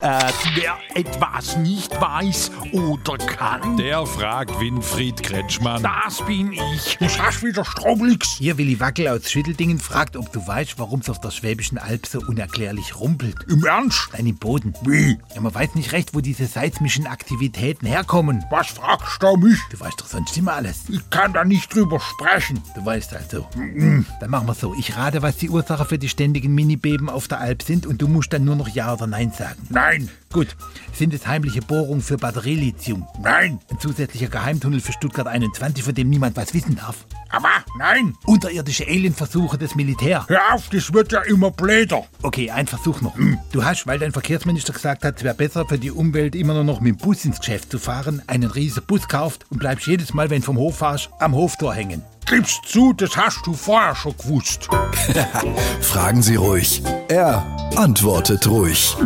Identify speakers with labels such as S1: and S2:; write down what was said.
S1: Äh, wer etwas nicht weiß oder kann,
S2: Der fragt Winfried Kretschmann.
S1: das bin ich. Du sagst wieder Stroblix.
S3: Hier Willi Wackel aus Schütteldingen fragt, ob du weißt, warum es auf der Schwäbischen Alb so unerklärlich rumpelt.
S1: Im Ernst?
S3: Nein, im Boden.
S1: Wie?
S3: Ja, man weiß nicht recht, wo diese seismischen Aktivitäten herkommen.
S1: Was fragst du mich?
S3: Du weißt doch sonst immer alles.
S1: Ich kann da nicht drüber sprechen.
S3: Du weißt also. Dann machen wir so. Ich rate, was die Ursache für die ständigen Minibeben auf der Alp sind und du musst dann nur noch Ja oder Nein sagen.
S1: Nein,
S3: Gut. Sind es heimliche Bohrungen für Batterielithium?
S1: nein,
S3: Ein zusätzlicher Geheimtunnel für Stuttgart 21, von dem niemand was wissen darf?
S1: aber nein.
S3: Unterirdische Alienversuche des Militär?
S1: Hör auf, das wird ja immer bläder.
S3: Okay, ein Versuch noch. Du hast, weil dein Verkehrsminister gesagt hat, es wäre besser für die Umwelt immer nur noch mit dem Bus ins Geschäft zu fahren, einen riesen Bus kauft und bleibst jedes Mal, wenn du vom Hof fahrst, am Hoftor hängen.
S1: Gibst zu, das hast du vorher schon gewusst.
S4: Fragen Sie ruhig. Er antwortet ruhig.